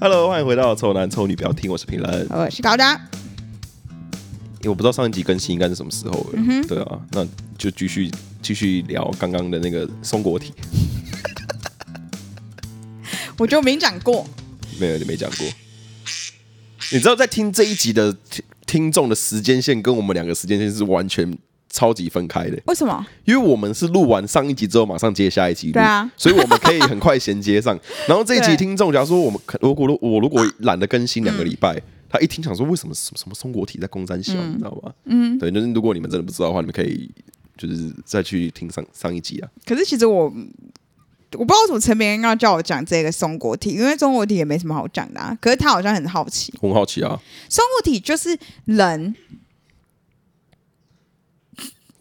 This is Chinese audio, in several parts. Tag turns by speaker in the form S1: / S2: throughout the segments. S1: Hello，欢迎回到《臭男臭女》，不要听，我是评论。
S2: 我呃是啊高达，
S1: 因为我不知道上一集更新应该是什么时候了，对啊，那就继续继续聊刚刚的那个松果体，
S2: 我就没讲过，
S1: 没有你没讲过。你知道在听这一集的听听众的时间线跟我们两个时间线是完全超级分开的，
S2: 为什么？
S1: 因为我们是录完上一集之后马上接下一集录，
S2: 对啊
S1: 所以我们可以很快衔接 上。然后这一集
S2: 对
S1: 听众，假如说我们可如果我如果懒得更新两个礼拜，他一听想说为什么什么什么松果体在公山小，你知道吗？嗯，对，就是如果你们真的不知道的话，你们可以就是再去听上上一集啊。
S2: 可是其实我我不知道为什么陈明要叫我讲这个松果体，因为松果体也没什么好讲的、啊。可是他好像很好奇，
S1: 我很好奇啊，
S2: 松果体就是人，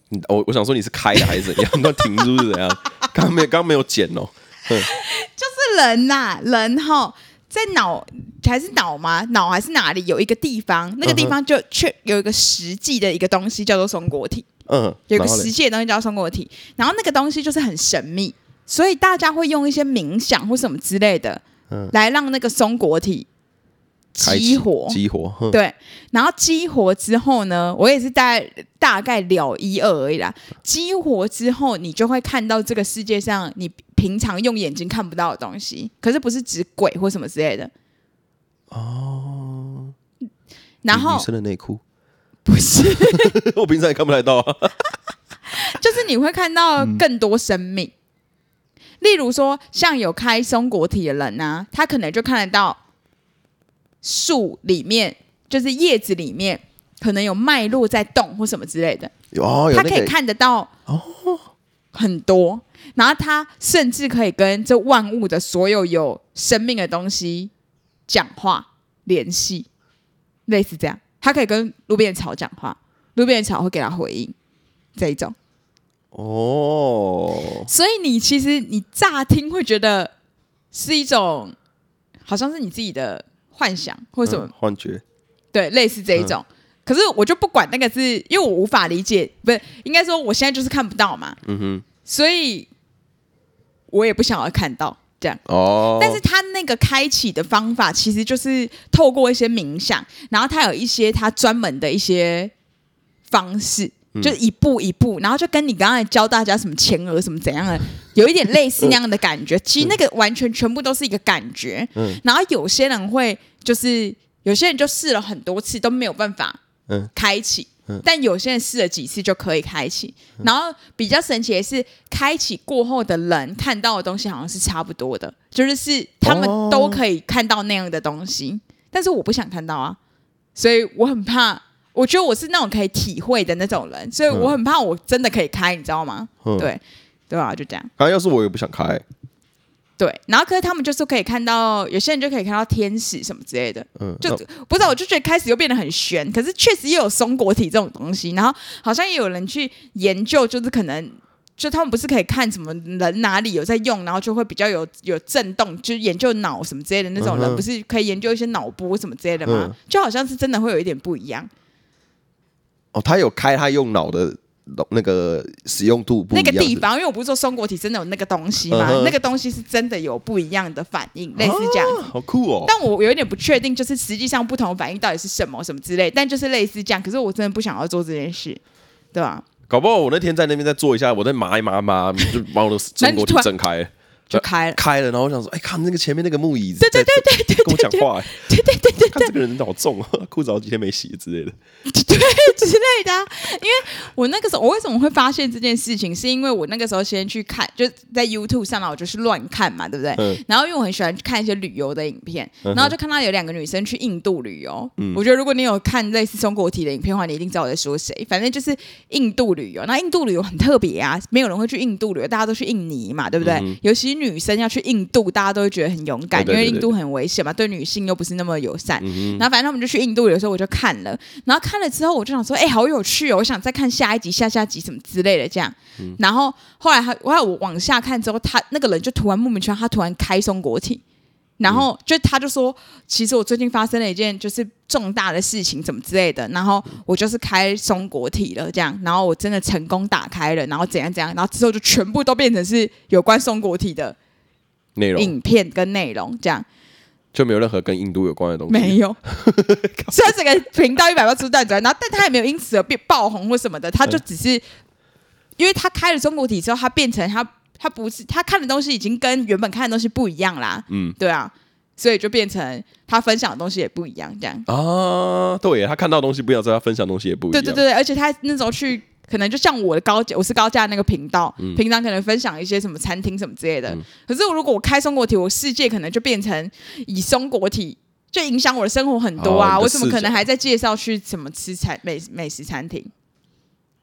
S1: 你我我想说你是开的还是怎样？ 那停是不是怎样？刚刚没有刚刚没有剪哦，
S2: 是人呐、人哈，在脑还是脑吗？脑还是哪里有一个地方，那个地方就确有一个实际的一个东西叫做松果体，
S1: 嗯，
S2: 有一个
S1: 然后嘞
S2: 实际的东西叫松果体，然后那个东西就是很神秘，所以大家会用一些冥想或什么之类的，
S1: 嗯
S2: 来让那个松果体
S1: 开
S2: 激活。
S1: 激活，哼
S2: 对，然后激活之后呢，我也是大概大概了一二而已啦。激活之后，你就会看到这个世界上你平常用眼睛看不到的东西，可是不是指鬼或什么之类的。
S1: 哦，
S2: 然
S1: 女
S2: 后
S1: 女生的内裤，
S2: 不是，
S1: 我平常也看不太到啊。
S2: 就是你会看到
S1: 嗯
S2: 更多生命。例如说，像有开松果体的人啊，他可能就看得到树里面，就是叶子里面可能有脉络在动或什么之类的。
S1: 有哦，有
S2: 他
S1: 那
S2: 可以
S1: 个哦
S2: 看得到很多，然后他甚至可以跟这万物的所有有生命的东西讲话联系，类似这样，他可以跟路边的草讲话，路边的草会给他回应这一种。
S1: 哦，
S2: 所以你其实你乍听会觉得是一种好像是你自己的幻想或什么，
S1: 嗯幻觉？
S2: 对，类似这一种。可是我就不管那个是，因为我无法理解，不是应该说我现在就是看不到嘛，
S1: 嗯哼，
S2: 所以我也不想要看到这样。
S1: 哦，
S2: 但是他那个开启的方法，其实就是透过一些冥想，然后他有一些他专门的一些方式，
S1: 嗯
S2: 就是一步一步，然后就跟你刚才教大家什么前额什么怎样的，有一点类似那样的感觉。其实那个完全全部都是一个感觉。
S1: 嗯
S2: 然后有些人会就是有些人就试了很多次都没有办法
S1: 嗯
S2: 开启。
S1: 嗯
S2: 但有些人试了几次就可以开启，然后比较神奇的是，开启过后的人看到的东西好像是差不多的，就是是他们
S1: 哦
S2: 都可以看到那样的东西，但是我不想看到啊，所以我很怕。我觉得我是那种可以体会的那种人，所以我很怕我真的可以开，你知道吗？
S1: 嗯
S2: 对，对啊，就这样。
S1: 啊，要是我也不想开，
S2: 对，然后可是他们就是可以看到，有些人就可以看到天使什么之类的，
S1: 嗯，
S2: 就
S1: 那
S2: 不知道，我就觉得开始又变得很悬，可是确实也有松果体这种东西，然后好像也有人去研究，就是可能就他们不是可以看什么人哪里有在用，然后就会比较有有震动，就是研究脑什么之类的那种人，
S1: 嗯哼
S2: 不是可以研究一些脑波什么之类的吗？
S1: 嗯
S2: 就好像是真的会有一点不一样，
S1: 哦，他有开，他用脑的脑那个使用度不一
S2: 那
S1: 样
S2: 个地
S1: 是
S2: 方，因为我不是说松果体真的有那个东西吗？
S1: 嗯哼哦
S2: 那个东西是真的有不一样的反应，类似这样
S1: 不是，好酷哦。
S2: 但我有一点不确定，就是实际上不同反应到底是什么什么之类，但就是类似这样。可是我真的不想要做这件事，对吧？
S1: 搞不好我那天在那边再做一下，我在麻一麻麻，就把我的中国
S2: 突
S1: 体
S2: 然
S1: 震开，
S2: 就开了。
S1: 开了，然后我想说，哎，看那个前面那个木椅子，对对对对对，跟我讲话，哎
S2: 对对对对
S1: 看这个人好重，哦， 裤子好几天没洗之类的。
S2: 对之类的啊、因为我那个时候，我为什么会发现这件事情，是因为我那个时候先去看，就在 YouTube 上嘛，我就是乱看嘛，对不对？
S1: 嗯
S2: 然后因为我很喜欢看一些旅游的影片，
S1: 嗯哼
S2: 然后就看到有两个女生去印度旅游。我觉得如果你有看类似中国体的影片的话，你一定知道我在说谁。反正就是印度旅游，那印度旅游很特别啊，没有人会去印度旅游，大家都去印尼嘛，对不对？尤其女生要去印度，大家都会觉得很勇敢，
S1: 哦对对
S2: 因为
S1: 对
S2: 印度很危险嘛，对女性又不是那么友善。
S1: 嗯
S2: 然后反正他们就去印度旅游的时候，我就看了，然后看了之后，我就想说，哎、好有趣哦，我想再看下一集、下下集什么之类的这样。
S1: 嗯
S2: 然后后来他，后来我往下看之后，他那个人就突然莫名其妙，他突然开松果体，然
S1: 嗯
S2: 后就他就说，其实我最近发生了一件就是重大的事情，怎么之类的。然
S1: 嗯
S2: 后我就是开松果体了，这样，然后我真的成功打开了，然后怎样怎样，然后之后就全部都变成是有关松果体的
S1: 内容
S2: 影片跟内容这样。
S1: 就没有任何跟印度有关的东西。
S2: 没 有，所以整个频道一百八十度转转，然后但他也没有因此而变爆红或什么的，他就只是、因为他开了中国体之后，他变成他他不是他看的东西已经跟原本看的东西不一样啦，
S1: 嗯
S2: 对啊，所以就变成他分享的东西也不一样，这样，
S1: 啊，对耶，他看到的东西不一样，所以他分享的东西也不一
S2: 对
S1: 样。
S2: 对对，对而且他那时候去。可能就像我的高价，我是高价那个频道，
S1: 嗯
S2: 平常可能分享一些什么餐厅什么之类的。可是我如果我开松果体，我世界可能就变成以松果体，就影响我的生活很多
S1: 哦
S2: 啊。
S1: 你的
S2: 我怎么可
S1: 视角
S2: 能还在介绍去怎么吃餐美美食餐厅？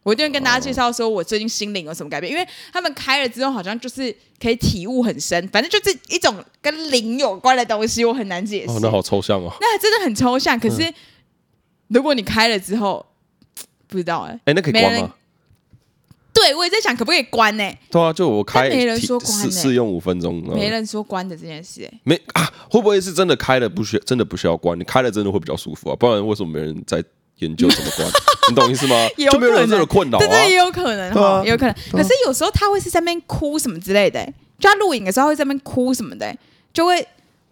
S2: 我一定会跟大家介绍说我最近心灵有什么改变，因为他们开了之后，好像就是可以体悟很深，反正就是一种跟灵有关的东西，我很难解释。
S1: 哦，那好抽象哦。
S2: 那真的很抽象，可是如果你开了之后，不知道哎、
S1: 哎，那可以
S2: 没
S1: 关
S2: 人
S1: 吗？
S2: 对我也在想可不可以关呢、
S1: 对啊，就我开
S2: 但没人
S1: 体
S2: 说关
S1: 试
S2: 耶
S1: 试用五分钟，然后
S2: 没人说关的这件事、哎，
S1: 没啊？会不会是真的开了不需真的不需要关？你开了真的会比较舒服啊？不然为什么没人在研究怎么 关？你懂意思吗？
S2: 有
S1: 就没有
S2: 可
S1: 人
S2: 能
S1: 这个困扰
S2: 对
S1: 啊
S2: 对，也。有可能
S1: 对啊
S2: 哈，也有可能。可是有时候他会是在那边哭什么之类的、哎就他录影的时候会在那边哭什么的、哎就会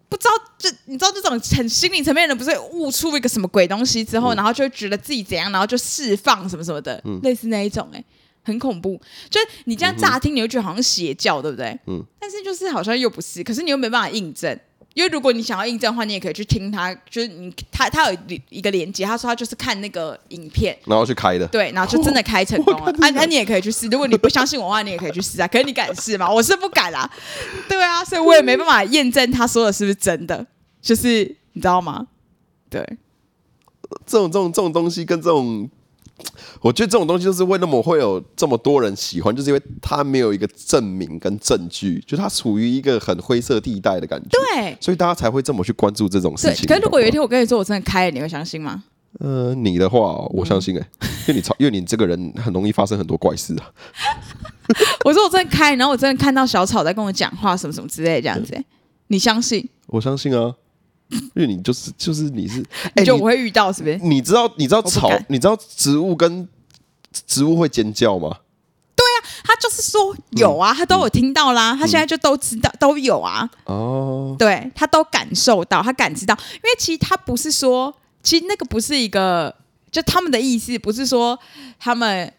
S2: 不知道，就你知道这种很心理层面的人，不是会悟出一个什么鬼东西之
S1: 嗯
S2: 后，然后就会觉得自己怎样，然后就释放什么什么的，类似那一种、哎，很恐怖。就是你这样乍听，你会觉得好像邪教，对不对？
S1: 嗯
S2: 嗯。但是就是好像又不是，可是你又没办法印证。因为如果你想要印证的话，你也可以去听他，就是你他他有一个连接，他说他就是看那个影片，
S1: 然后去开的，
S2: 对，然后就真的开成功 了。啊，那、你也可以去试，如果你不相信我的话，你也可以去试啊。可是你敢试吗？我是不敢啊。对啊，所以我也没办法验证他说的是不是真的，就是你知道吗？对，
S1: 这种这种这种东西跟这种，我觉得这种东西就是为那么会有这么多人喜欢，就是因为它没有一个证明跟证据，就它处于一个很灰色地带的感觉。
S2: 对
S1: 所以大家才会这么去关注这种事
S2: 对。
S1: 情。
S2: 可是如果有一
S1: 你懂吗，
S2: 天我跟你说我真的开了，你会相信吗？
S1: 呃，你的话哦，我相信哎、
S2: 嗯
S1: 因为你超，因为你这个人很容易发生很多怪事啊。
S2: 我说我真的开，然后我真的看到小草在跟我讲话，什么什么之类的这样子、你相信？
S1: 我相信啊，因为你就是就是你 是，哎、
S2: 你觉得
S1: 你
S2: 我会遇到是不是？
S1: 你知道你知道
S2: 不
S1: 草
S2: 敢，
S1: 你知道植物跟植物会尖叫吗？
S2: 他就是说有啊，他都有听到啦，他现在就都知道、都有啊，
S1: 哦，
S2: 对他都感受到，他感知到，因为其实他不是说，其实那个不是一个，就他们的意思不是说他们，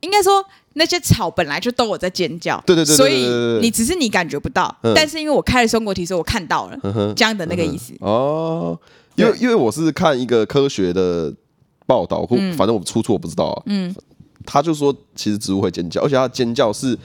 S2: 应该说那些草本来就都有在尖叫，
S1: 对对对对
S2: 所
S1: 对对对
S2: 以
S1: 对
S2: 你只是你感觉不到，
S1: 嗯
S2: 但是因为我开了松果体，所以我看到了、
S1: 嗯哼，
S2: 这样的那个意思，
S1: 哦，因为因为我是看一个科学的报道，或
S2: 嗯
S1: 反正我出处我不知道啊。嗯，他就说其实植物会尖叫，而且它的尖叫是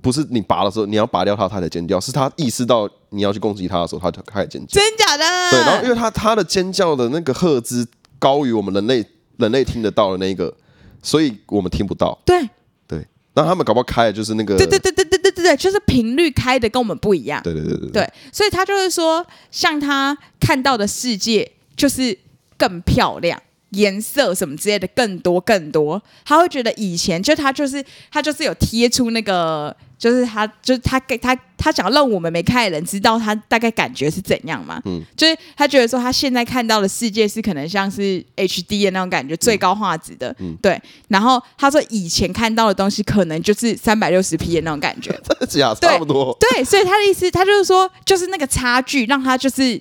S1: 不是你拔的时候你要拔掉它它才尖叫，是它意识到你要去攻击它的时候它就开始尖叫。
S2: 真假的？
S1: 对，然后因为它它的尖叫的那个赫兹高于我们人类人类听得到的那个，所以我们听不到。
S2: 对
S1: 对，那他们搞不好开的就是那个，
S2: 对对对对对对对对，就是频率开的跟我们不一样。
S1: 对对对对对，
S2: 对，所以他就是说，像他看到的世界就是更漂亮，颜色什么之类的更多更多。他会觉得以前就他就是他就是有贴出那个，就是他就是他给他他想要让我们没看的人知道他大概感觉是怎样嘛。嗯，就是他觉得说他现在看到的世界是可能像是 HD 的那种感觉，最高画质的。对。然后他说以前看到的东西可能就是三百六十 P 的那种感觉。
S1: 真的假的
S2: 对
S1: 差不多。
S2: 对，所以他的意思，他就是说，就是那个差距让他就是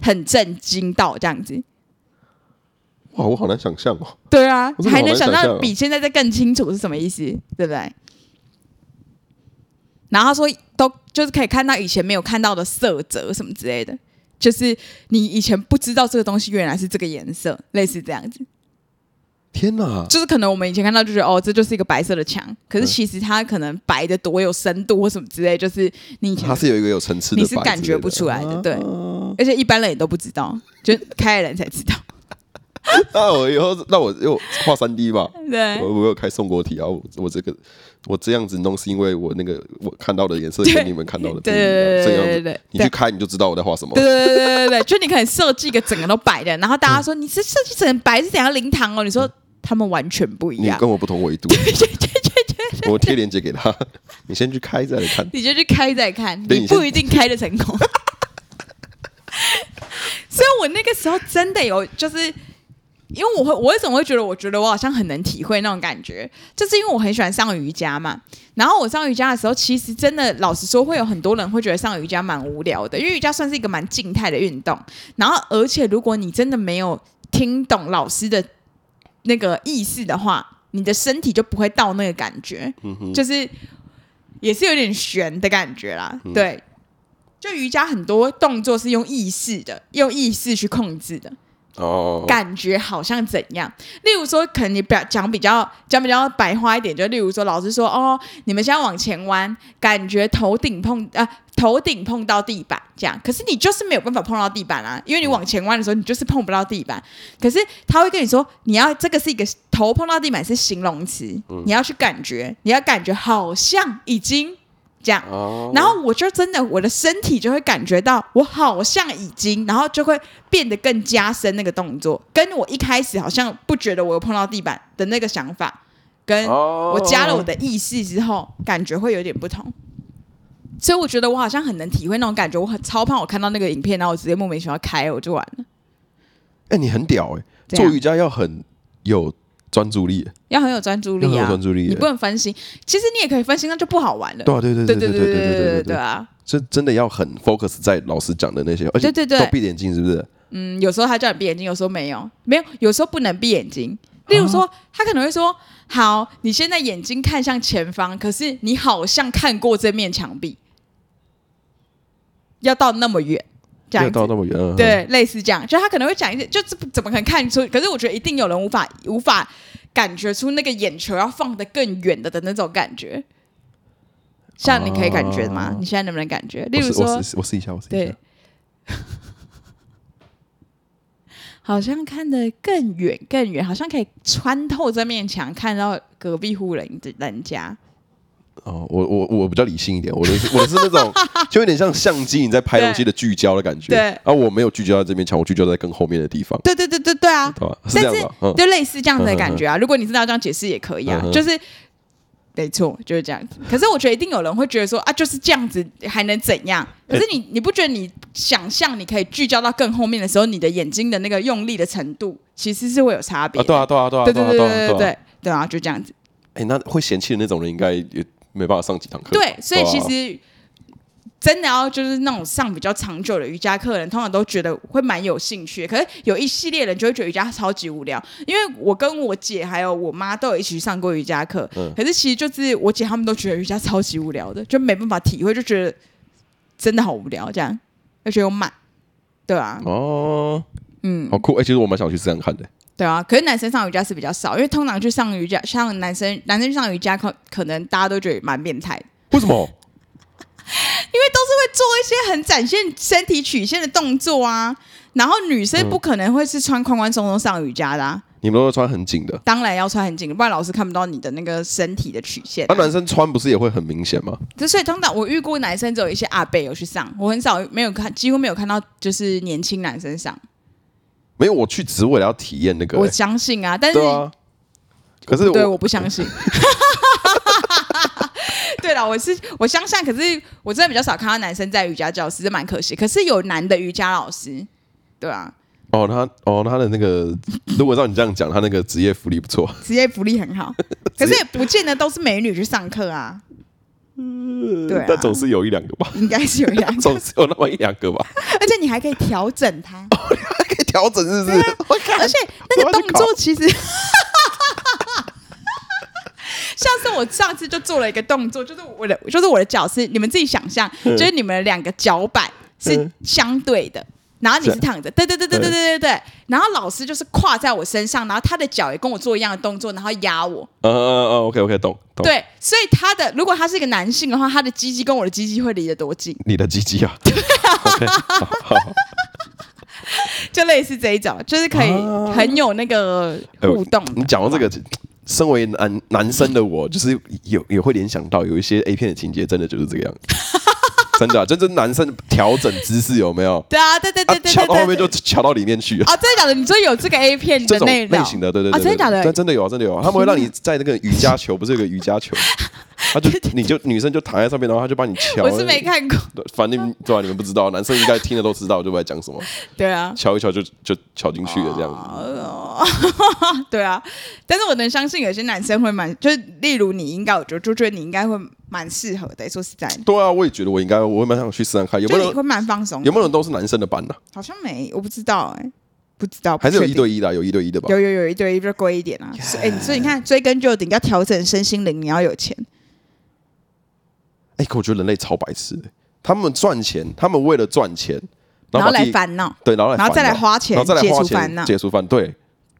S2: 很震惊到这样子。
S1: 哇，我好难想象哦。
S2: 对啊
S1: 我真的，好
S2: 还
S1: 难
S2: 能想
S1: 想
S2: 到
S1: 象哦
S2: 比现在再更清楚是什么意思，对不对？然后他说，都就是可以看到以前没有看到的色泽什么之类的，就是你以前不知道这个东西原来是这个颜色，类似这样子。
S1: 天哪！
S2: 就是可能我们以前看到就觉得哦，这就是一个白色的墙，可是其实它可能白的多有深度或什么之类，就是你以前
S1: 它是有一个有层次的白
S2: 你
S1: 之
S2: 是
S1: 类的，
S2: 感觉不出来的对
S1: 啊
S2: 而且一般人也都不知道，就开了人才知道。
S1: 那我以后，那我又画三 D 吧。
S2: 对
S1: 我我有开宋国体啊，我我这个我这样子弄是因为我那个我看到的颜色
S2: 对
S1: 跟你们看到的不一
S2: 对
S1: 样，
S2: 对
S1: 这样
S2: 对对
S1: 子
S2: 对
S1: 你去开你就知道我在画什么
S2: 对。对对对对对，就你可能设计一个整个都白的，然后大家说你是设计整个白是怎样灵堂哦？你说他们完全不一
S1: 你
S2: 样，
S1: 跟我不同维度，我贴链接给他， 你先去开再来看。
S2: 你就去开再看，
S1: 对
S2: 你不一定开的成功。所以我那个时候真的有就是因为我会，我为什么会觉得，我觉得我好像很能体会那种感觉，就是因为我很喜欢上瑜伽嘛。然后我上瑜伽的时候，其实真的老实说，会有很多人会觉得上瑜伽蛮无聊的，因为瑜伽算是一个蛮静态的运动。然后，而且如果你真的没有听懂老师的那个意思的话，你的身体就不会到那个感觉，就是也是有点悬的感觉啦。对，就瑜伽很多动作是用意识的，用意识去控制的。
S1: 哦，
S2: 感觉好像怎样。例如说，可能你表讲比较讲比较白话一点，就例如说，老师说哦，你们现在往前弯，感觉头顶碰啊、头顶碰到地板这样，可是你就是没有办法碰到地板啊，因为你往前弯的时候，你就是碰不到地板。可是他会跟你说，你要这个是一个头碰到地板是形容词，
S1: 嗯
S2: 你要去感觉，你要感觉好像已经这样。
S1: 哦，
S2: 然后我就真的我的身体就会感觉到我好像已经，然后就会变得更加深那个动作，跟我一开始好像不觉得我有碰到地板的那个想法，跟
S1: 哦
S2: 我加了我的意识之后，感觉会有点不同。所以我觉得我好像很能体会那种感觉。我很超胖，我看到那个影片，然后我直接莫名其妙开，我就完了。
S1: 哎、你很屌哎、
S2: 怎
S1: 做
S2: 样
S1: 瑜伽要很有专注力欸，
S2: 要很有专注
S1: 要很
S2: 力
S1: 有
S2: 啊
S1: 专！注力
S2: 你
S1: 欸、
S2: 不能分心，其实你也可以分心，那就不好玩了。
S1: 对啊，对对
S2: 对
S1: 对
S2: 对
S1: 对
S2: 对
S1: 对
S2: 对
S1: 对，
S2: 啊！
S1: 这真的要很 focus 在老师讲的那些，而且
S2: 对对
S1: 都
S2: 对
S1: 闭着眼睛是不是？
S2: 嗯，有时候他叫你闭眼睛，有时候没有，没有，有时候不能闭眼睛。例如说，
S1: 哦
S2: 他可能会说：“好，你现在眼睛看向前方，可是你好像看过这面墙壁，要到那么远，这
S1: 没有
S2: 样子
S1: 到那么远，嗯，
S2: 对，类似这样，就他可能会讲一些，就这怎么可能看出？可是我觉得一定有人无法无法感觉出那个眼球要放得更远的的那种感觉。像你可以感觉吗？
S1: 哦
S2: 你现在能不能感觉？
S1: 我
S2: 例
S1: 试
S2: 如说
S1: 我，试我试一下，我试一
S2: 对
S1: 下，，
S2: 好像看得更远更远，好像可以穿透这面墙，看到隔壁户人的人家。
S1: 哦，我我我比较理性一点，我的是我的是那 种就有点像相机你在拍东西的聚焦的感觉，
S2: 对
S1: 啊，我没有聚焦在这边墙，我聚焦在更后面的地方，
S2: 对对对对对啊！
S1: 对吧？是
S2: 但
S1: 这
S2: 是
S1: 样吧？嗯，
S2: 就类似这样子的感觉啊。如果你知道这样解释也可以啊，
S1: 嗯哼
S2: 就是没错，就是这样子。可是我觉得一定有人会觉得说啊，就是这样子还能怎样？可是你、你不觉得你想象你可以聚焦到更后面的时候，你的眼睛的那个用力的程度其实是会有差别
S1: 啊，
S2: 的、
S1: 对啊，对啊，对啊，
S2: 对
S1: 对
S2: 对
S1: 啊，
S2: 对
S1: 啊
S2: 对对
S1: 啊
S2: 对对啊，就这样子。
S1: 哎、那会嫌弃的那种人应该也没办法上几堂课。
S2: 对，所以
S1: 对啊
S2: 其实真的要就是那种上比较长久的瑜伽课的人，通常都觉得会蛮有兴趣。可是有一系列人就会觉得瑜伽超级无聊，因为我跟我姐还有我妈都有一起去上过瑜伽课，
S1: 嗯
S2: 可是其实就是我姐她们都觉得瑜伽超级无聊的，就没办法体会，就觉得真的好无聊，这样而且又慢，对啊，
S1: 哦，
S2: 嗯，
S1: 好酷！哎、其实我蛮想去这样看的、
S2: 对啊。可是男生上瑜伽是比较少，因为通常去上瑜伽，像男生男生去上瑜伽课，可能大家都觉得蛮变态的。
S1: 为什 么？
S2: 做一些很展现身体曲线的动作啊。然后女生不可能会是穿宽宽松松上瑜伽的、啊，
S1: 你们都穿很紧的，
S2: 当然要穿很紧，不然老师看不到你的那个身体的曲线、
S1: 啊那、男生穿不是也会很明显吗？
S2: 就所以通常我遇过男生只有一些阿贝有去上，我很少没有看，几乎没有看到就是年轻男生上。
S1: 没有，我去只是为了要体验那个、
S2: 我
S1: 哎
S2: 相信啊，但是
S1: 对啊。可是
S2: 对，
S1: 我
S2: 我不相信。 对了，我是我相信，可是我真的比较少看到男生在瑜伽教室，这蛮可惜。可是有男的瑜伽老师，对啊，
S1: 哦，他哦他的那个，如果照你这样讲，他那个职业福利不错。
S2: 职业福利很好，可是也不见得都是美女去上课啊，对啊
S1: 但总是有一两个 吧，
S2: 应该是有两个，
S1: 总是有那么一两个 吧，
S2: 而且你还可以调整它，
S1: 还可以调整是不 是？我看
S2: 而且那个动
S1: 我要去
S2: 作其实。像是我上次就做了一个动作，就是我的，就是我的脚是你们自己想象，就是你们两个脚板是
S1: 嗯
S2: 相对的，然后你是
S1: 是
S2: 躺着，对对对对对对对对，然后老师就是跨在我身上，然后他的脚也跟我做一样的动作，然后压我，
S1: 嗯嗯嗯，OK OK，懂懂。
S2: 对，所以他的如果他是一个男性的话，他的鸡鸡跟我的鸡鸡会离得多近，
S1: 你的鸡鸡 啊，OK，好好好。
S2: 就类似这一种，就是可以
S1: 啊
S2: 很有那个
S1: 哎我
S2: 互动的。
S1: 你讲到这个，身为男男生的我，就是有也会联想到有一些 A 片的情节，真的就是这个样 子。真的、啊，真正男生调整姿势有没有？
S2: 对啊，对对
S1: 啊
S2: 对，对
S1: 调
S2: 对
S1: 到后面
S2: 对
S1: 就调到里面去了。
S2: 哦，真的假的？你说有这个 A 片
S1: 这
S2: 的
S1: 种
S2: 内容
S1: 类型的，对对
S2: 哦
S1: 对，
S2: 真的
S1: 对
S2: 假的
S1: 对真的有啊，真的有啊，他们会让你在那个瑜伽球，不是有个瑜伽球，他 就你就女生就躺在上面，然后他就帮你敲。
S2: 我是没看过。
S1: 对，反正对吧？啊你们不知道，男生应该听的都知道，就不在讲什么，
S2: 对啊，
S1: 敲一敲就就敲进去了这样子。
S2: 哦哦，对啊，但是我能相信有些男生会蛮，就是例如你应该，我就就觉得你应该会蛮适合的。说实在的，
S1: 对啊，我也觉得我应该，我也蛮想去试试看，有没
S2: 就
S1: 有
S2: 你
S1: 人
S2: 会蛮放松的。
S1: 有没有人都是男生的班呢、
S2: 好像没，我不知道哎、不知道，不
S1: 还是有
S2: 确
S1: 一
S2: 定
S1: 对一的啊、有一对一的吧？
S2: 有有有一对一就贵一点啊。所以哎、所以你看追根究底，要调整身心灵，你要有钱。
S1: 哎、可我觉得人类超白痴的，他们赚钱，他们为了赚钱，
S2: 然
S1: 后把
S2: 后来
S1: 自己
S2: 烦恼，
S1: 对，然后来
S2: 然后再
S1: 烦
S2: 来
S1: 恼
S2: 花钱
S1: 然后再来
S2: 解
S1: 花
S2: 除烦
S1: 钱
S2: 恼
S1: 解除烦对。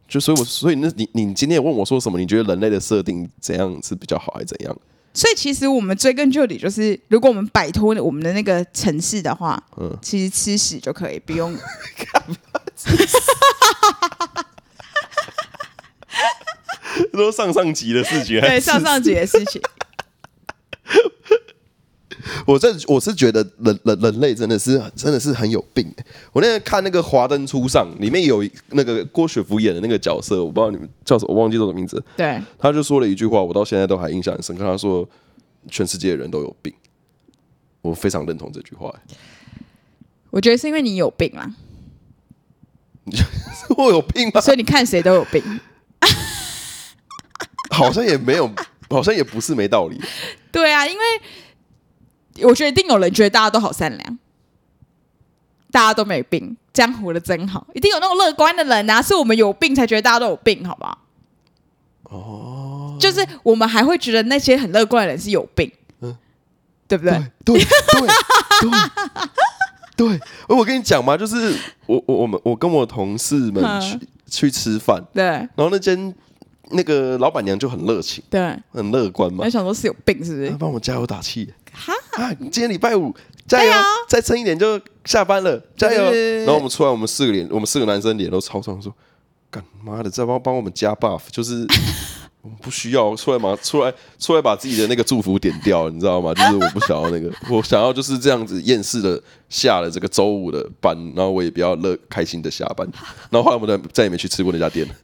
S1: 就所以我，所以那你你今天也问我说什么？你觉得人类的设定怎样是比较好，还是怎样？
S2: 所以其实我们追根究底，就是如果我们摆脱我们的那个城市的话，
S1: 嗯
S2: 其实吃屎就可以，不用。
S1: 这都是上上集的事情。还
S2: 对，
S1: 是
S2: 上上集的事情，
S1: 我这我是觉得人人人类真的是真的是很有病。我那天看那个《华灯初上》，里面有一那个郭雪芙演的那个角色，我不知道你们叫什么，我忘记叫什么名字。
S2: 对，
S1: 他就说了一句话，我到现在都还印象很深刻。他说：“全世界的人都有病。”我非常认同这句话。欸
S2: 我觉得是因为你有病啦，
S1: 我有病 吗？
S2: 所以你看谁都有病。
S1: 好像也没有，好像也不是没道理。
S2: 对啊，因为我觉得一定有人觉得大家都好善良，大家都没病，这样活得真好。一定有那种乐观的人啊，是我们有病才觉得大家都有病，好不好？哦，就是我们还会觉得那些很乐观的人是有病，
S1: 嗯
S2: 对不对？
S1: 对对对对，我跟你讲嘛，就是我我我们我跟我同事们去去吃饭，
S2: 对
S1: 然后那间那个老板娘就很热情，
S2: 对，
S1: 很乐观嘛
S2: 我，想说是有病是不
S1: 她
S2: 是？
S1: 啊帮我加油打气
S2: 哈，
S1: 啊！今天礼拜五，加油
S2: 对啊，
S1: 再撑一点就下班了，加油
S2: 对对对！对
S1: 然后我们出来，我们四个脸，我们四个男生脸都超壮，说干妈的，再帮帮我们加 buff，就是 我们不需要出来嘛，出来出来把自己的那个祝福点掉，你知道吗？就是我不想要那 个，我想要就是这样子厌世的下了这个周五的班，然后我也比较乐开心的下班。然后后来我们再再也没去吃过那家店了。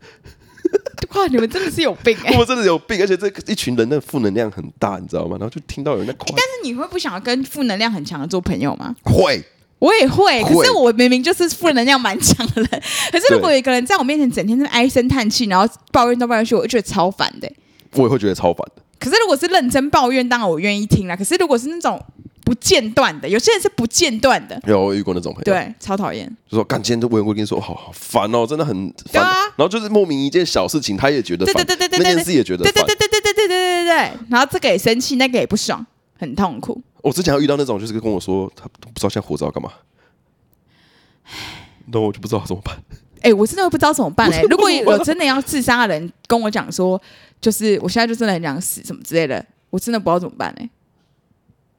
S2: 哇，你们真的是有 病哎、
S1: 我们真的有病，而且这一群人的负能量很大，你知道吗？然后就听到有人在夸
S2: 但是你会不想要跟负能量很强的做朋友吗？
S1: 会，
S2: 我也会，
S1: 会
S2: 可是我明明就是负能量蛮强的人，可是如果有一个人在我面前整天在那唉声叹气，然后抱怨东抱怨西，我就觉得超烦的欸、
S1: 我也会觉得超烦的。
S2: 可是如果是认真抱怨，当然我愿意听啦。可是如果是那种不间断的，有些人是不间断的，
S1: 然后我遇过那种朋友，
S2: 对，超讨厌。
S1: 就说干，今天我也会跟你说，好好烦哦，真的很
S2: 对
S1: 烦。
S2: 啊
S1: 然后就是莫名一件小事情，他也觉得
S2: 对
S1: 烦，
S2: 对对对对对，
S1: 那件事也觉得
S2: 对
S1: 烦。哦
S2: 对对对对对对对对对对。然后这个也生气，那个也不爽，很痛苦。
S1: 我之前有遇到那种，就是跟我说，他不知道现在活着要 干嘛，那我就不知道怎么办。
S2: 哎，我真的不知道怎么办哎、
S1: 我
S2: 如果
S1: 我
S2: 有真的要自杀的人跟我讲说，就是我现在就真的很想死什么之类的，我真的不知道怎么办哎、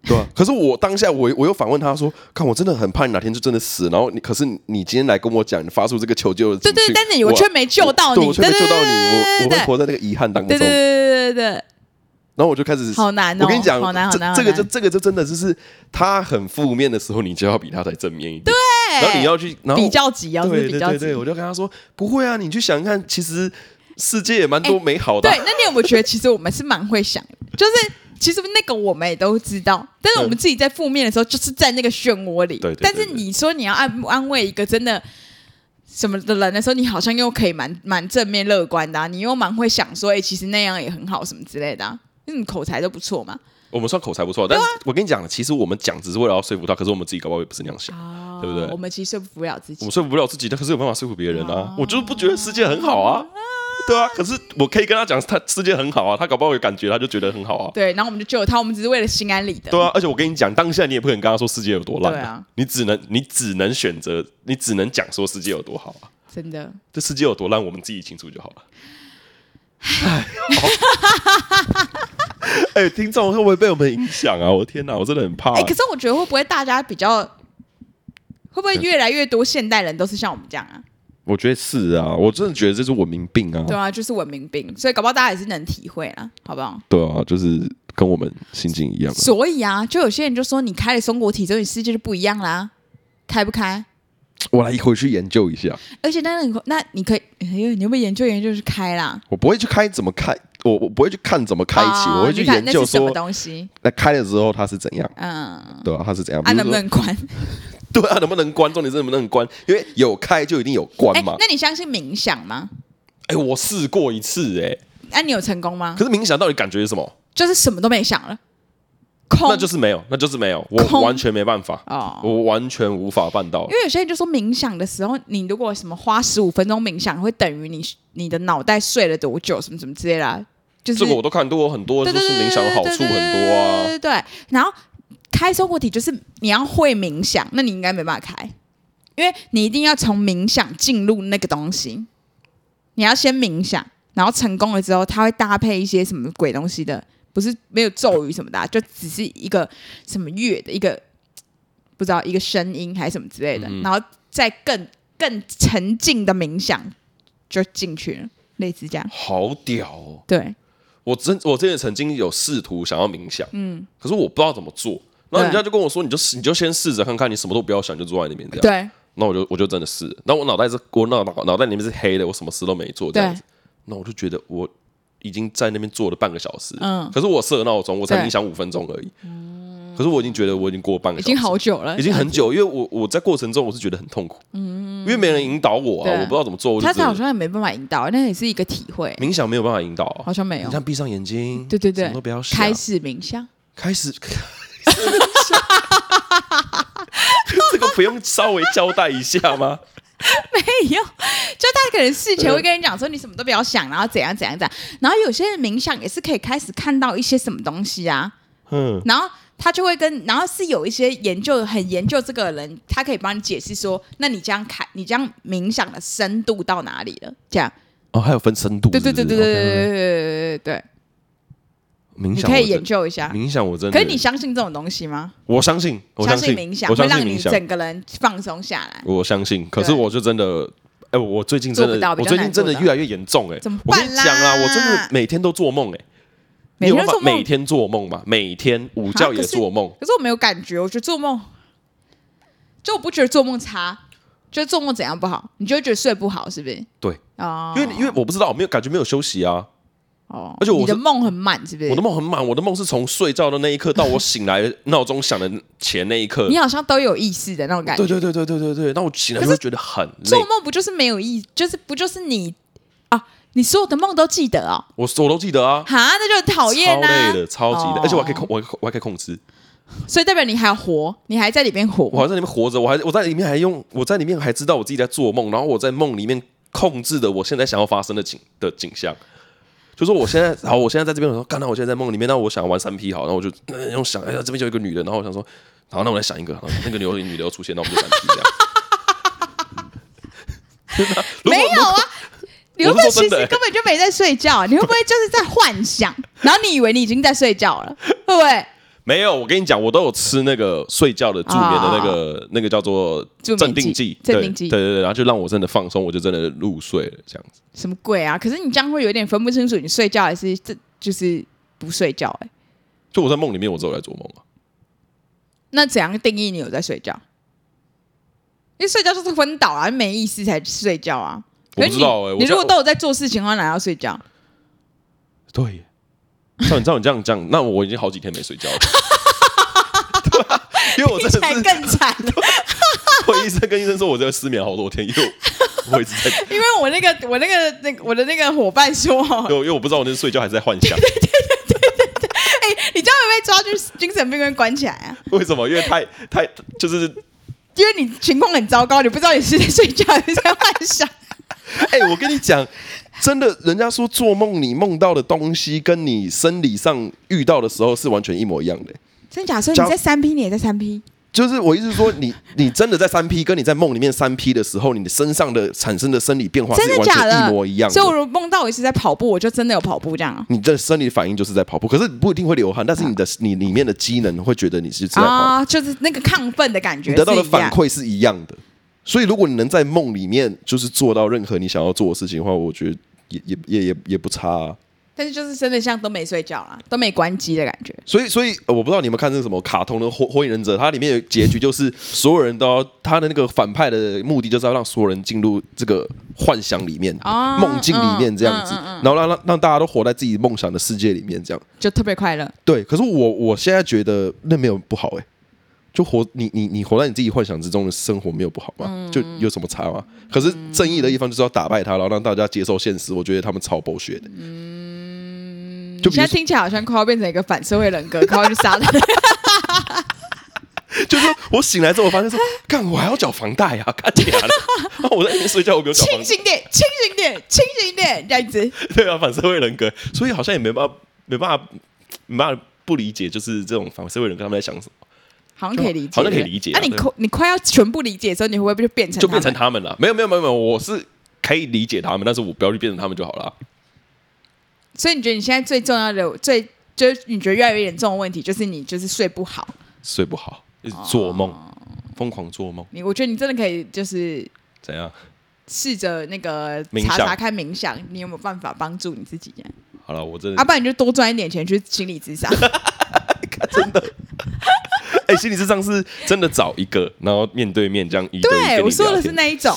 S1: 对啊，可是我当下我我又反问他说，看我真的很怕你哪天就真的死，然后你可是你你今天来跟我讲，你发出这个求救的情
S2: 对
S1: 绪，
S2: 对，但是你我
S1: 我
S2: 却没救到
S1: 对
S2: 你，
S1: 我却没救到你，我
S2: 对对对对
S1: 我会活在那个遗憾当中
S2: 对对。对对对对
S1: 然后我就开始
S2: 对，好难哦，
S1: 我跟你讲
S2: 好难，好
S1: 这
S2: 难，
S1: 这个就
S2: 好难
S1: 这个就真的就是他很负面的时候，你就要比他才正面一点。对然后你要去，然后
S2: 比较急，要是
S1: 对
S2: 比
S1: 对
S2: 较
S1: 对
S2: 急
S1: 对，。我就跟他说不会啊，你去想想看，其实世界也蛮多美好的啊、
S2: 对，那你有没有觉得其实我们是蛮会想的？就是其实那个我们也都知道，但是我们自己在负面的时候，就是在那个漩涡里。
S1: 对对对
S2: 但是你说你要安安慰一个真的什么的人的时候，你好像又可以蛮蛮正面乐观的、啊，你又蛮会想说，哎、其实那样也很好，什么之类的、啊。因为你口才都不错嘛。
S1: 我们算口才不错，但
S2: 啊
S1: 是我跟你讲，其实我们讲只是为了要说服他，可是我们自己搞不好也不是那样想，
S2: 哦
S1: 对不对
S2: 我们其实说服不了自
S1: 我
S2: 己
S1: 们。说服不了自己，但可是有办法说服别人
S2: 哦
S1: 啊。我就是不觉得世界很好啊，对啊，可是我可以跟他讲，他世界很好啊，他搞不好有感觉，他就觉得很好啊。
S2: 对，然后我们就救他，我们只是为了心安理得。
S1: 对 啊，而且我跟你讲，当下你也不可能跟他说世界有多烂、
S2: 对啊，
S1: 你只能你只能选择，你只能讲说世界有多好啊。
S2: 真的。
S1: 这世界有多烂，我们自己清楚就好 了。哎，好哎，听众会不会被我们影响啊？我天哪，我真的很怕、
S2: 哎、可是我觉得会不会大家比较，会不会越来越多现代人都是像我们这样啊？
S1: 我觉得是啊，我真的觉得这是文明病啊。
S2: 对啊，就是文明病，所以搞不好大家也是能体会啦，好不好？
S1: 对啊，就是跟我们心境一样啊。
S2: 所以啊，就有些人就说，你开了松果体之后，你世界就不一样啦，开不开？
S1: 我来回去研究一下，
S2: 而且那你那你可以，哎呦，你有没有研究研究是开啦？
S1: 我不会去开怎么开，我我不会去看怎么开启，
S2: 哦
S1: 我会去
S2: 你看
S1: 研究
S2: 那是什么
S1: 说
S2: 东西，
S1: 那开了之后它是怎样，
S2: 嗯，
S1: 对啊，它是怎样，
S2: 啊，
S1: 比如
S2: 能不
S1: 说
S2: 能关？
S1: 对啊，能不能关？重点是能不能关，因为有开就一定有关
S2: 哎、
S1: 嘛。
S2: 那你相信冥想吗？
S1: 哎、我试过一次、哎，
S2: 那、你有成功吗？
S1: 可是冥想到底感觉是什么？
S2: 就是什么都没想了，空。
S1: 那就是没有，那就是没有，我
S2: 空
S1: 完全没办法，
S2: 哦
S1: 我完全无法办到
S2: 因。为有些人就说冥想的时候，你如果什么花十五分钟冥想，会等于你你的脑袋睡了多久，什么什么之类的啊、就是
S1: 这个我都看多，很多
S2: 对
S1: 人
S2: 对
S1: 说是
S2: 对
S1: 冥想的好处很多啊
S2: 对。对对对对。然后开松果体就是你要会冥想，那你应该没办法开，因为你一定要从冥想进入那个东西，你要先冥想，然后成功了之后，它会搭配一些什么鬼东西的，不是没有咒语什么的啊、就只是一个什么乐的一个不知道一个声音还是什么之类的，然后再更更沉浸的冥想就进去了，类似这样。
S1: 好屌哦！
S2: 对，
S1: 我真我之前曾经有试图想要冥想，嗯，可是我不知道怎么做。然后人家就跟我说，你就试你就先试着看看，你什么都不要想，就坐在那边这样。
S2: 对，
S1: 那我就我就真的试了，那我脑袋是我脑脑脑袋里面是黑的，我什么事都没做这样子。那我就觉得我已经在那边坐了半个小时，
S2: 嗯
S1: 可是我设闹钟，我才
S2: 对嗯
S1: 冥想五分钟而已，可是我已经觉得我已经过半个
S2: 已
S1: 小时，
S2: 经好久了，
S1: 已经很久，因为我我在过程中我是觉得很痛苦，因为没人引导我啊，
S2: 嗯对
S1: 我不知道怎么做，我就
S2: 他
S1: 只
S2: 他好
S1: 能
S2: 像也没办法引导，那也是一个体会，
S1: 冥想没有办法引导啊
S2: 好。像没有
S1: 你。看，闭上眼睛，
S2: 对对对
S1: 什么都不要想，
S2: 开始冥想，
S1: 开始，这个不用稍微交代一下吗？
S2: 没有，就他可能事前会跟你讲说你什么都不要想，然后怎样怎样怎样，然后有些人冥想也是可以开始看到一些什么东西啊，
S1: 嗯，
S2: 然后他就会跟，然后是有一些研究很研究这个人，他可以帮你解释说，那你这样看，你这样冥想的深度到哪里了？这样，
S1: 哦，还有分深度，
S2: 对对
S1: 是
S2: 对
S1: 不
S2: 对
S1: 是
S2: 对对对对对，
S1: ，OK，冥
S2: 你
S1: 想
S2: 可以
S1: 我
S2: 研
S1: 真
S2: 究一下。
S1: 冥想，我真的，
S2: 可是你相信这种东西吗？
S1: 我相信，我
S2: 相
S1: 信
S2: 冥想
S1: 我
S2: 会
S1: 相信
S2: 让你
S1: 冥想，
S2: 整个人放松下来。
S1: 我相信。可是
S2: 对
S1: 我就真的，哎，我最近真
S2: 做
S1: 的
S2: 不到，比
S1: 我
S2: 较
S1: 最近
S2: 难做
S1: 真的
S2: 到
S1: 越来越严重，哎
S2: 怎么，
S1: 我
S2: 办
S1: 跟你讲啊，
S2: 啦
S1: 我真的每天都做梦，哎，
S2: 每
S1: 你有办
S2: 天
S1: 法
S2: 都做梦
S1: 每天做梦嘛？每天午觉
S2: 啊
S1: 也
S2: 可是
S1: 做梦，
S2: 可是我没有感觉，我觉得做梦，就我不觉得做梦差，就是做梦怎样不好，你就会觉得睡不好，是不是？
S1: 对，
S2: 哦，
S1: 因为因为我不知道，没有感觉没有休息啊，
S2: 哦，
S1: 而且我
S2: 你的
S1: 是
S2: 梦很满，是不是？
S1: 我的梦很满，我的梦是从睡觉的那一 刻到我醒来闹钟响的前那一刻
S2: 你。好像都有意识的那种感觉。
S1: 对对对对对对对，那我醒来
S2: 可
S1: 就是会觉得很累
S2: 做。梦不就是没有意，就是不就是你啊？你所有的梦都记得哦，
S1: 我我都记得啊，
S2: 哈，那就很讨厌
S1: 超累
S2: 呐、
S1: 的，超级
S2: 哦
S1: 的，而且我还可以控，我还我还可以控制，
S2: 所以代表你还活，你还在里边活。
S1: 我还在里面活着，我还我在里面还用我在里面还知道我自己在做梦，然后我在梦里面控制的我现在想要发生的景的景象。就说我现在好，我现在在这边，我说干，那我现在在梦里面，那我想玩三 P 好，然后我就 那用想，哎呀，这边就有一个女的，然后我想说，好，那我来想一个，然后那个女的女的又出现，那我们就三 P 这样。真的啊 如果
S2: 没有啊，你会不会其实
S1: 欸
S2: 根本就没在睡觉？你会不 会就是在幻想？然后你以为你已经在睡觉了，会不会？
S1: 没有，我跟你讲，我都有吃那个睡觉的助眠的那个、那个叫做
S2: 助眠
S1: 镇定
S2: 啊剂
S1: 剂，
S2: 镇
S1: 对
S2: 定剂
S1: 对对对，然后就让我真的放松，我就真的入睡了，这样子。
S2: 什么鬼啊？可是你这样会有点分不清楚，你睡觉还是这就是不睡觉、欸？哎，
S1: 就我在梦里面，我只有在做梦啊。
S2: 那怎样定义你有在睡觉？因为睡觉就是昏倒啊，没意思才睡觉啊。
S1: 我不知道欸我
S2: 可是你你如果
S1: 现在
S2: 都有在做事情的话，哪要睡觉？
S1: 对耶，像你照你这样讲，那我已经好几天没睡觉 了。对啊因 为我真的
S2: 才
S1: 是，
S2: 更惨。
S1: 我医生跟医生说，我真的失眠好多天，因为我我一直 在，
S2: 因为我那个我那个那个我的那个伙伴说，
S1: 因 为我因为我不知道我那是睡觉还是在幻 想，
S2: 哎、你这样会被抓去精神病院关起来啊？
S1: 为什么？因为太太就是，
S2: 因为你情况很糟糕，你不知道你是在睡觉还是在幻想。
S1: 哎、我跟你讲，真的，人家说做梦你梦到的东西跟你生理上遇到的时候是完全一模一样的、
S2: 真假？所以
S1: 假
S2: 你在三 P，你也在三 P，
S1: 就是我意思是说 你，你真的在三 P，跟你在梦里面三 P 的时候，你的身上的产生的生理变化
S2: 真
S1: 是
S2: 的
S1: 完
S2: 假的？
S1: 全一模一样的。
S2: 所以我如果梦到我是在跑步，我就真的有跑步这样啊？
S1: 你的生理反应就是在跑步，可是不一定会流汗，但是你的你里面的机能会觉得你是在跑步，
S2: 啊，就是那个亢奋的感觉
S1: 你
S2: 是一
S1: 得
S2: 样，
S1: 到的反馈是一样的。所以如果你能在梦里面就是做到任何你想要做的事情的话，我觉得也也也也也不差、啊。
S2: 但是就是真的像都没睡觉啦，都没关机的感觉。
S1: 所以，所以呃我不知道你们看那个什么卡通的《火火影忍者》，它里面有结局就是所有人都要他的那个反派的目的就是要让所有人进入这个幻想里面、
S2: 哦
S1: 梦境里面这样子，
S2: 嗯嗯
S1: 然后让让让大家都活在自己梦想的世界里面这样。嗯
S2: 就特别快乐，
S1: 对，可是我我现在觉得那没有不好哎、就活你你你活在你自己幻想之中的生活没有不好吗？
S2: 嗯
S1: 就有什么差吗？可是正义的一方就是要打败他，然后让大家接受现实。我觉得他们超剥削的。就
S2: 嗯你
S1: 比
S2: 现
S1: 如
S2: 在听起来好像快要变成一个反社会人 格，快要去杀人。
S1: 就是说我醒来之后，我发现 说，干我还要缴房贷呀、啊，干假的。然后我在那边睡觉，我没有缴房
S2: 清
S1: 贷。
S2: 醒点，清醒点，清醒点，这样子。
S1: 对啊，反社会人格，所以好像也没办法，没办法，没办法不理解，就是这种反社会人格他们在想什么，
S2: 好像可以理解，
S1: 好像可以理解啊
S2: 那、你
S1: 对
S2: 快你快要全部理解的时候，你会不会就变成
S1: 就变成
S2: 他
S1: 他们了。没有没有没有没有，我是可以理解他们，但是我不要去变成他们就好了。
S2: 们？所以你觉得你现在最重要的最就是你觉得越来越严重的问题，就是你就是睡不好。
S1: 睡不
S2: 哦
S1: 好，一直做梦，疯、狂做梦，
S2: 你我觉得你真的可以就是
S1: 怎样？
S2: 试着那个
S1: 冥
S2: 查
S1: 想
S2: 查看冥想，你有没有办法帮助你自己、啊？
S1: 好了，我真的
S2: 啊，不然你就多赚一点钱去心理咨商。
S1: 哎、心理智商是真的找一个，然后面对面这样一 对一跟你
S2: 对，我说
S1: 聊
S2: 的是
S1: 天
S2: 那一种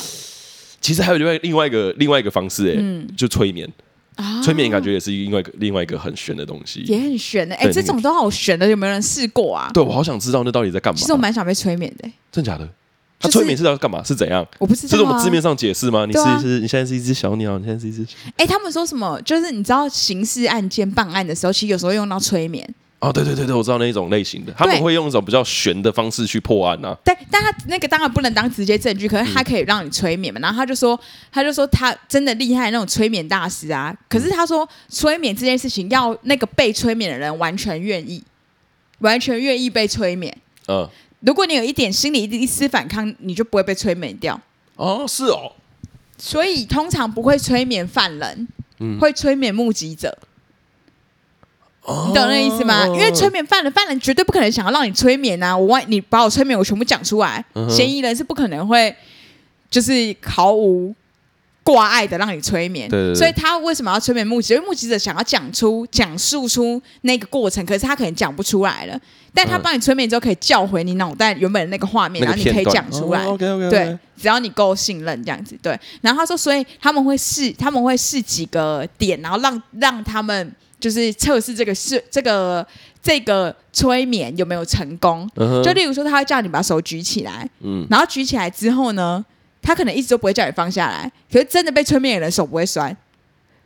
S1: 其实还有另外另外一个另外一个方式、哎、
S2: 嗯
S1: 就催眠。
S2: 啊
S1: 催眠感觉也是另外一个另外一个很玄的东西。
S2: 也很悬的、哎、
S1: 对
S2: 这
S1: 那个
S2: 种都好悬的，有没有人试过啊？
S1: 对，我好想知道那到底在干嘛。
S2: 其实我蛮想被催眠的、哎
S1: 真假的？
S2: 就
S1: 他
S2: 是
S1: 催眠是要干嘛？是怎样？
S2: 我不知
S1: 这
S2: 道、啊。
S1: 是我们字面上解释吗？你是
S2: 对啊
S1: 一只，你现在是一只小鸟，你现在是一只小
S2: 哎、他们说什么？就是你知道刑事案件办案的时候，其实有时候用到催眠，
S1: 哦，对对对对，我知道那一种类型的，他们会用一种比较玄的方式去破案啊。
S2: 但但他那个当然不能当直接证据，可是他可以让你催眠嘛。然后他就说，他就说他真的厉害那种催眠大师啊。可是他说，催眠这件事情要那个被催眠的人完全愿意，完全愿意被催眠。
S1: 嗯，
S2: 如果你有一点心理一丝反抗，你就不会被催眠掉。
S1: 哦，是哦，
S2: 所以通常不会催眠犯人，
S1: 嗯
S2: 会催眠目击者。
S1: 哦
S2: 你懂那意思吗？因为催，眠犯人，犯人绝对不可能想要让你催眠啊！我万你把我催眠，我全部讲出来，
S1: 嗯哼
S2: 嫌疑人是不可能会就是毫无挂碍的让你催眠。
S1: 对对对
S2: 所以他为什么要催眠目击者？因为目击者想要讲出、讲述出那个过程，可是他可能讲不出来了。但他
S1: 嗯
S2: 帮你催眠之后，可以叫回你脑袋原本的那个画面，
S1: 那个
S2: 然后你可
S1: 片
S2: 以
S1: 段哦
S2: 讲出来。
S1: OK OK，
S2: 对，只要你够信任这样子，对。然后他说，所以他们会试，他们会试几个点，然后让让他们就是测试这个是这个这个催眠有没有成功。
S1: 嗯哼
S2: 就例如说，他会叫你把手举起来，
S1: 嗯，
S2: 然后举起来之后呢，他可能一直都不会叫你放下来，可是真的被催眠的人手不会酸，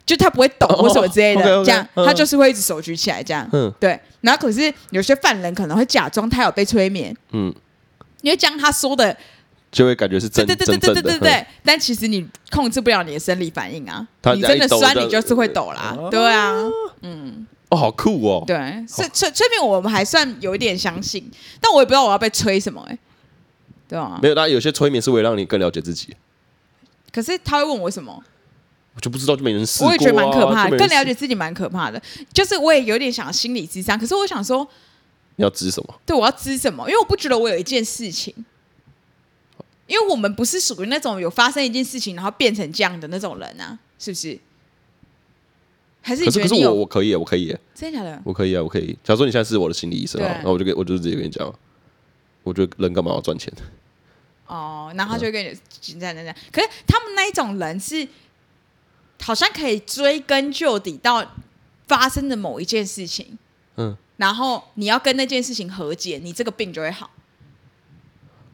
S2: 就他不会抖或什么之类的，
S1: 哦，OK，OK，
S2: 这样
S1: 嗯
S2: 他就是会一直手举起来这样。
S1: 嗯
S2: 对，然后可是有些犯人可能会假装他有被催眠，
S1: 嗯，
S2: 因为将他说的
S1: 就会感觉是真
S2: 对
S1: 真
S2: 对
S1: 正
S2: 对
S1: 的，
S2: 对
S1: 嗯
S2: 对对对，但其实你控制不了你的生理反应啊
S1: 它，
S2: 你真的
S1: 一抖
S2: 酸
S1: 这
S2: 你
S1: 样
S2: 就是会抖啦
S1: 啊，
S2: 对啊，
S1: 哦，好酷哦，
S2: 对，所以催催眠我们还算有一点相信，但我也不知道我要被催什么哎、对啊
S1: 没，有，当然有些催眠是为了让你更了解自己，
S2: 可是他会问我什么，
S1: 我就不知道就没人试过、啊，
S2: 我也觉得蛮可怕
S1: 就没
S2: 的，
S1: 人
S2: 更了
S1: 试
S2: 解自己蛮可怕的，就是我也有点想心理智商，可是我想说，
S1: 你要指什么，
S2: 对我要知什么，因为我不觉得我有一件事情。因为我们不是属于那种有发生一件事情然后变成这样的那种人啊，是不是？还是你
S1: 可是
S2: 觉
S1: 可是
S2: 得你有
S1: 我我可以，我可以，
S2: 真的假的？
S1: 我可以啊，我可以。假如说你现在是我的心理医生啊，
S2: 对
S1: 那我就跟我就直接跟你讲，啊我觉得人干嘛要赚钱？
S2: 哦，然后他就会跟你这样这样这样。可是他们那一种人是，好像可以追根究底到发生的某一件事情，
S1: 嗯，
S2: 然后你要跟那件事情和解，你这个病就会
S1: 嗯
S2: 好。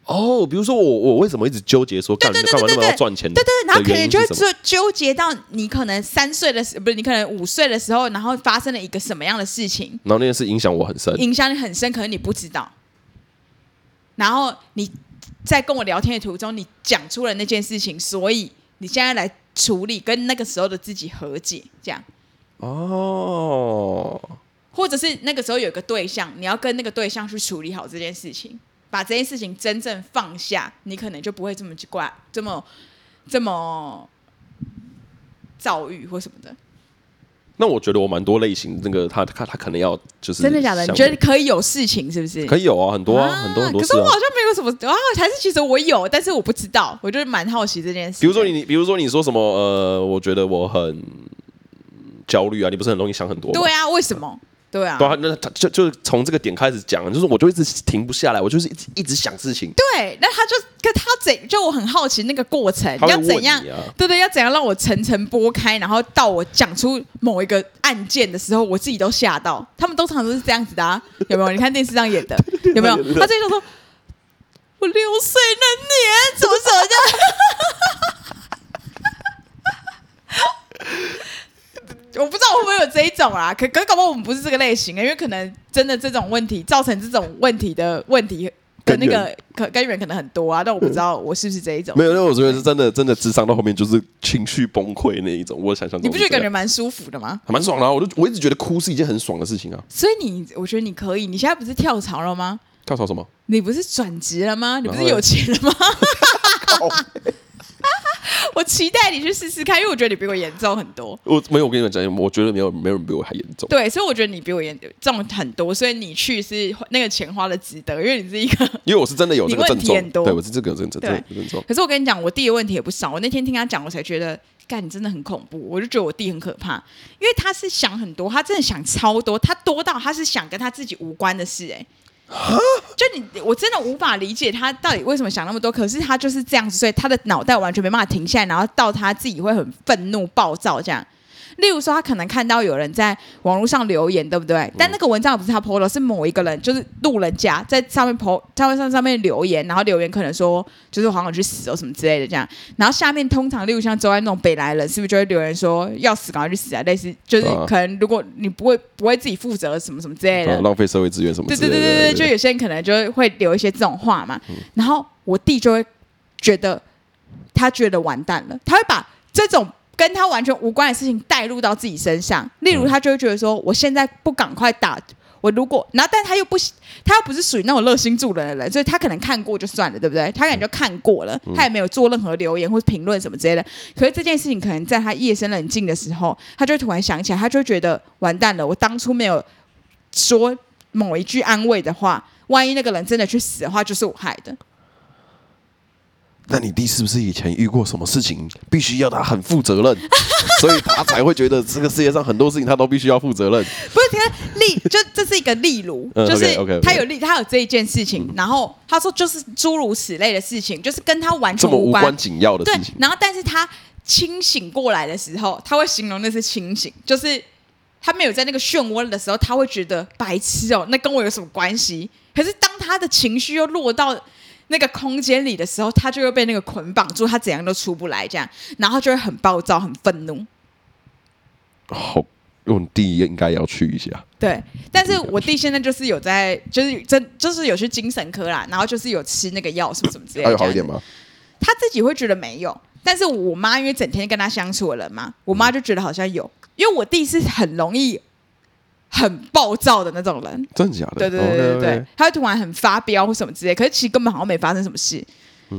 S1: 哦，比如说我我为什么一直纠结说干
S2: 对
S1: 人
S2: 对
S1: 干嘛那么
S2: 对
S1: 要赚钱的？
S2: 对对，对然后可
S1: 的原
S2: 能
S1: 因
S2: 就会
S1: 是什么
S2: 纠纠结到你可能三岁的时，不是你可能五岁的时候，然后发生了一个什么样的事情，
S1: 然后那件事影响我很深，
S2: 影响你很深，可能你不知道。然后你在跟我聊天的途中，你讲出了那件事情，所以你现在来处理跟那个时候的自己和解，这样，
S1: 哦，
S2: 或者是那个时候有一个对象，你要跟那个对象去处理好这件事情，把这件事情真正放下，你可能就不会这么去怪，这么这么躁郁或什么的。
S1: 那我觉得我蛮多类型，那个他他他可能要就是
S2: 真的假的？你
S1: 想
S2: 觉得可以有事情是不是？
S1: 可以有啊，很多啊，很多很多
S2: 可
S1: 事
S2: 是我
S1: 啊
S2: 好。像没有什么啊，还是其实我有，但是我不知道，我就是蛮好奇这件事。
S1: 比如说你，比如说你说什么？呃，我觉得我很焦虑啊，你不是很容易想很多吗？
S2: 对啊，为什么？对啊，
S1: 对啊，那他就就是从这个点开始讲，就是我就一直停不下来，我就是一直一直想事情。
S2: 对，啊那他就可他怎就我很好奇那个过程
S1: 他会
S2: 要
S1: 问
S2: 怎样
S1: 你啊？
S2: 对对，要怎样让我层层剥开，然后到我讲出某一个案件的时候，我自己都吓到。他们通常都是这样子的、啊，有没有？你看电视上演的，有没有？他自己就说我六岁那年怎么怎么样？我不知道会不 会有这一种啊，可可是搞不好我们不是这个类型的，因为可能真的这种问题造成这种问题的问题的那个可根源可能很多啊，但我不知道我是不是这一种。
S1: 没有，因为我觉得是真的，真的智商到后面就是情绪崩溃那一种。我想象中
S2: 你不觉得
S1: 是这
S2: 感
S1: 样
S2: 觉蛮舒服的吗？
S1: 还蛮爽的、啊？我就我一直觉得哭是一件很爽的事情啊。
S2: 所以你，我觉得你可以。你现在不是跳槽了吗？
S1: 跳槽什么？
S2: 你不是转职了吗？你不是
S1: 然后
S2: 有
S1: 嘞
S2: 钱了吗？
S1: 靠
S2: 我期待你去试试看，因为我觉得你比我严重很多。
S1: 我没有，我跟你们讲，我觉得没有没有人比我还严重。
S2: 对，所以我觉得你比我严重很多，所以你去是那个钱花的值得，因为你是一个。
S1: 因为我是真的有这个
S2: 你问
S1: 症
S2: 题
S1: 状，
S2: 很多
S1: 对我是这个有症症
S2: 对。
S1: 症状
S2: 可是我跟你讲，我弟的问题也不少。我那天听他讲，我才觉得，干，你真的很恐怖。我就觉得我弟很可怕，因为他是想很多，他真的想超多，他多到他是想跟他自己无关的事、哎。就你，我真的无法理解他到底为什么想那么多。可是他就是这样子，所以他的脑袋完全没办法停下来，然后到他自己会很愤怒、暴躁这样。例如说，他可能看到有人在网络上留言，对不
S1: 嗯
S2: 对？但那个文章也不是他 PO 的，是某一个人，就是路人甲在上面 PO，在上上面留言，然后留言可能说就是好想去死哦什么之类的这样。然后下面通常，例如像周安那种北来人，是不是就会留言说要死赶快去死啊？类似就是
S1: 啊
S2: 可能如果你不会不会自己负责什么什么之类的
S1: 啊，，浪费社会资源什么
S2: 对
S1: 之类
S2: 对
S1: 的。
S2: 对对对，就有些人可能就会留一些这种话嘛。
S1: 嗯
S2: 然后我弟就会觉得他觉得完蛋了，他会把这种跟他完全无关的事情带入到自己身上。例
S1: 嗯
S2: 如，他就会觉得说，我现在不赶快打。我如果，然后但他又不，他又不是属于那种热心助人的人，所以他可能看过就算了，对不对？他可能就看过
S1: 嗯
S2: 了，他也没有做任何留言或评论什么之类的。可是这件事情可能在他夜深人静的时候，他就会突然想起来，他就会觉得完蛋了，我当初没有说某一句安慰的话，万一那个人真的去死的话，就是我害的。
S1: 那你弟是不是以前遇过什么事情，必须要他很负责任， 所以他才会觉得这个世界上很多事情他都必须要负责 任？
S2: 不是，他例就这是一个例如，
S1: 嗯
S2: 就是
S1: OK，OK，OK
S2: 他有例，他有这一件事情，然后他说就是诸如此类的事情，就是跟他完
S1: 这
S2: 全
S1: 么
S2: 无
S1: 无
S2: 关
S1: 关。紧要的
S2: 对
S1: 事情，，
S2: 然后但是他清醒过来的时候，他会形容那是清醒，就是他没有在那个漩涡的时候，他会觉得白痴哦，那跟我有什么关系？可是当他的情绪又落到那个空间里的时候，他就会被那个捆绑住，他怎样都出不来，这样，然后就会很暴躁、很愤怒。
S1: 好，我弟应该要去一下。
S2: 对，但是我弟现在就是有在，就是真就是有去精神科啦，然后就是有吃那个药什么什么之类
S1: 他
S2: 的。
S1: 有好一
S2: 这
S1: 点
S2: 样子
S1: 吗？
S2: 他自己会觉得没有，但是我妈因为整天跟他相处的人嘛，我妈就觉得好像有，因为我弟是很容易很暴躁的那种人，
S1: 真的假的？
S2: 对对对对对
S1: OK，OK
S2: 对，他会突然很发飙或什么之类，可是其实根本好像没发生什么事。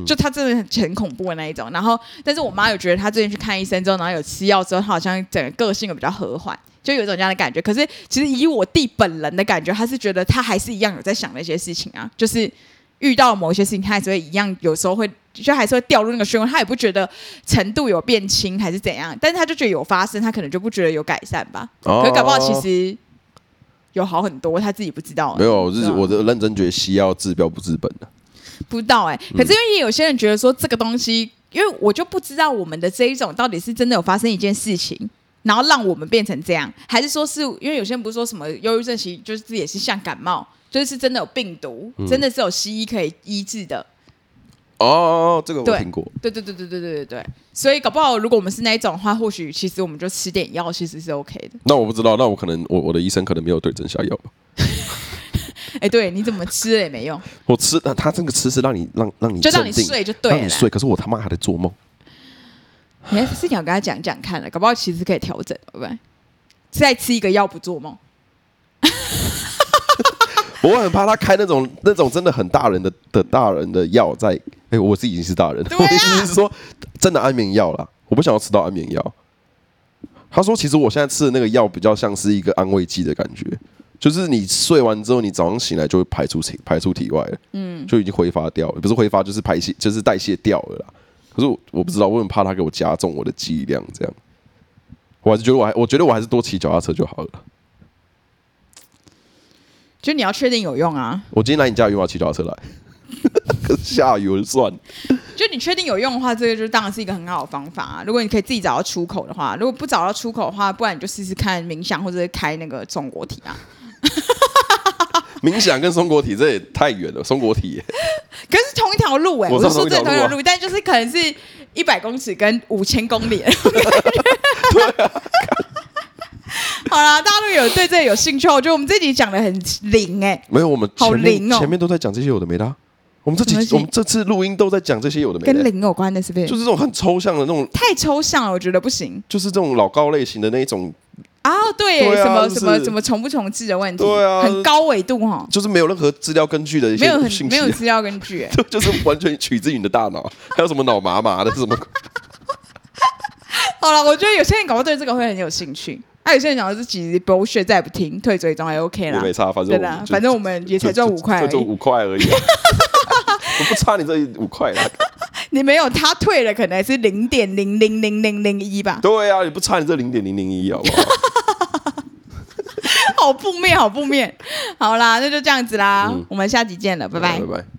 S2: 就他真的很很恐怖的那一种，然后但是我妈有觉得他最近去看医生之后，然后有吃药之后，他好像整个个性有比较和缓，就有一种这样的感觉。可是其实以我弟本人的感觉，他是觉得他还是一样有在想那些事情啊，就是遇到某一些事情，他还是会一样，有时候会就还是会掉入那个漩涡，他也不觉得程度有变轻还是怎样，但是他就觉得有发生，他可能就不觉得有改善吧。
S1: 哦
S2: 可是搞不好其实有好很多，他自己不知道。
S1: 没有，我是
S2: 对啊
S1: 我的认真觉得西药治标不治本啊的。
S2: 不知道哎、
S1: 嗯
S2: 可是因为也有些人觉得说这个东西，因为我就不知道我们的这一种到底是真的有发生一件事情。然后让我们变成这样，还是说是因为有些人不是说什么忧郁症，其实就是也是像感冒，就是是真的有病毒，
S1: 嗯
S2: 真的是有西医可以医治的。
S1: 哦，这个我
S2: 对
S1: 听过。
S2: 对对对对对对对对，所以搞不好如果我们是那一种的话，或许其实我们就吃点药，其实是 OK 的。
S1: 那我不知道，那我可能我我的医生可能没有对症下药吧。
S2: 哎，对，你怎么吃了也没用，
S1: 我吃，那他这个吃是让你让让你
S2: 就让你
S1: 镇定
S2: 睡就对了
S1: 让你睡。可是我他妈还在做梦。
S2: 你还是想跟他讲讲看了，搞不好其实可以调整，对不对？再吃一个药不做梦，
S1: 我很怕他开那种那种真的很大人的的大人的药在，哎、我自己已经是大人了，
S2: 对啊
S1: 我意思是说真的安眠药啦，我不想要吃到安眠药。他说，其实我现在吃的那个药比较像是一个安慰剂的感觉，就是你睡完之后，你早上醒来就会排出体排出体外了，嗯，就已经挥发掉了，不是挥发就是排泄，就是代谢掉了啦。可是我我不知道，我很怕他给我加重我的剂量，这样，我还是觉得我还我觉得我还是多骑脚踏车就好了。
S2: 就你要确定有用啊。
S1: 我今天来你家有没有骑脚踏车来？ 可是下雨我就算了。
S2: 就你确定有用的话，这个就当然是一个很好的方法啊。如果你可以自己找到出口的话，如果不找到出口的话，不然你就试试看冥想或者是开那个中国体啊。
S1: 冥想跟松果体这也太远了，松果体耶
S2: 可是同一条路哎、
S1: 我
S2: 我
S1: 知道
S2: 是说这
S1: 同
S2: 同
S1: 一
S2: 一
S1: 条路啊
S2: 条路，但就是可能是一百公尺跟五千公 里。对、啊好啦，大家如果有对这有兴趣，我觉得我们这集讲的很灵哎、
S1: 没有我们
S2: 好
S1: 前面
S2: 灵哦
S1: 前面都在讲这些有的没的啊、我们这
S2: 什么
S1: 几
S2: 东
S1: 我
S2: 西
S1: 们这次录音都在讲这些有的没
S2: 跟
S1: 的、
S2: 灵有欸关的是不是？
S1: 就是这种很抽象的那种，
S2: 太抽象了，我觉得不行
S1: 就是这种老高类型的那一种，
S2: 啊！对耶，
S1: 对啊
S2: 什么
S1: 就是
S2: 什么什么重不重置的问题，
S1: 对啊
S2: 很高纬度哈，
S1: 就是没有任何资料根据的一
S2: 没
S1: 些
S2: 有很
S1: 信
S2: 没
S1: 息、
S2: 有
S1: 啊，
S2: 资料根据耶。
S1: 就就是完全取自于你的大脑，还有什么脑麻麻的什么，
S2: 好了，我觉得有些人搞不好对这个会很有兴趣，啊，有些人讲的是几实 bullshit，再也不听，退追踪也 OK
S1: 我
S2: 啦
S1: 没。差，反
S2: 对
S1: 正我
S2: 啦
S1: 们，就
S2: 反正我们也才赚五块而
S1: 就就
S2: 已。
S1: 五块而已啊、 我不差你这五块啦。
S2: 你没有，他退了可能是零点零零零零零一吧，
S1: 对啊，你不差你这零点零零一，好不好？
S2: 好负面，好负面。好啦，那就这样子啦，我们下集见了，拜拜
S1: 嗯拜。拜。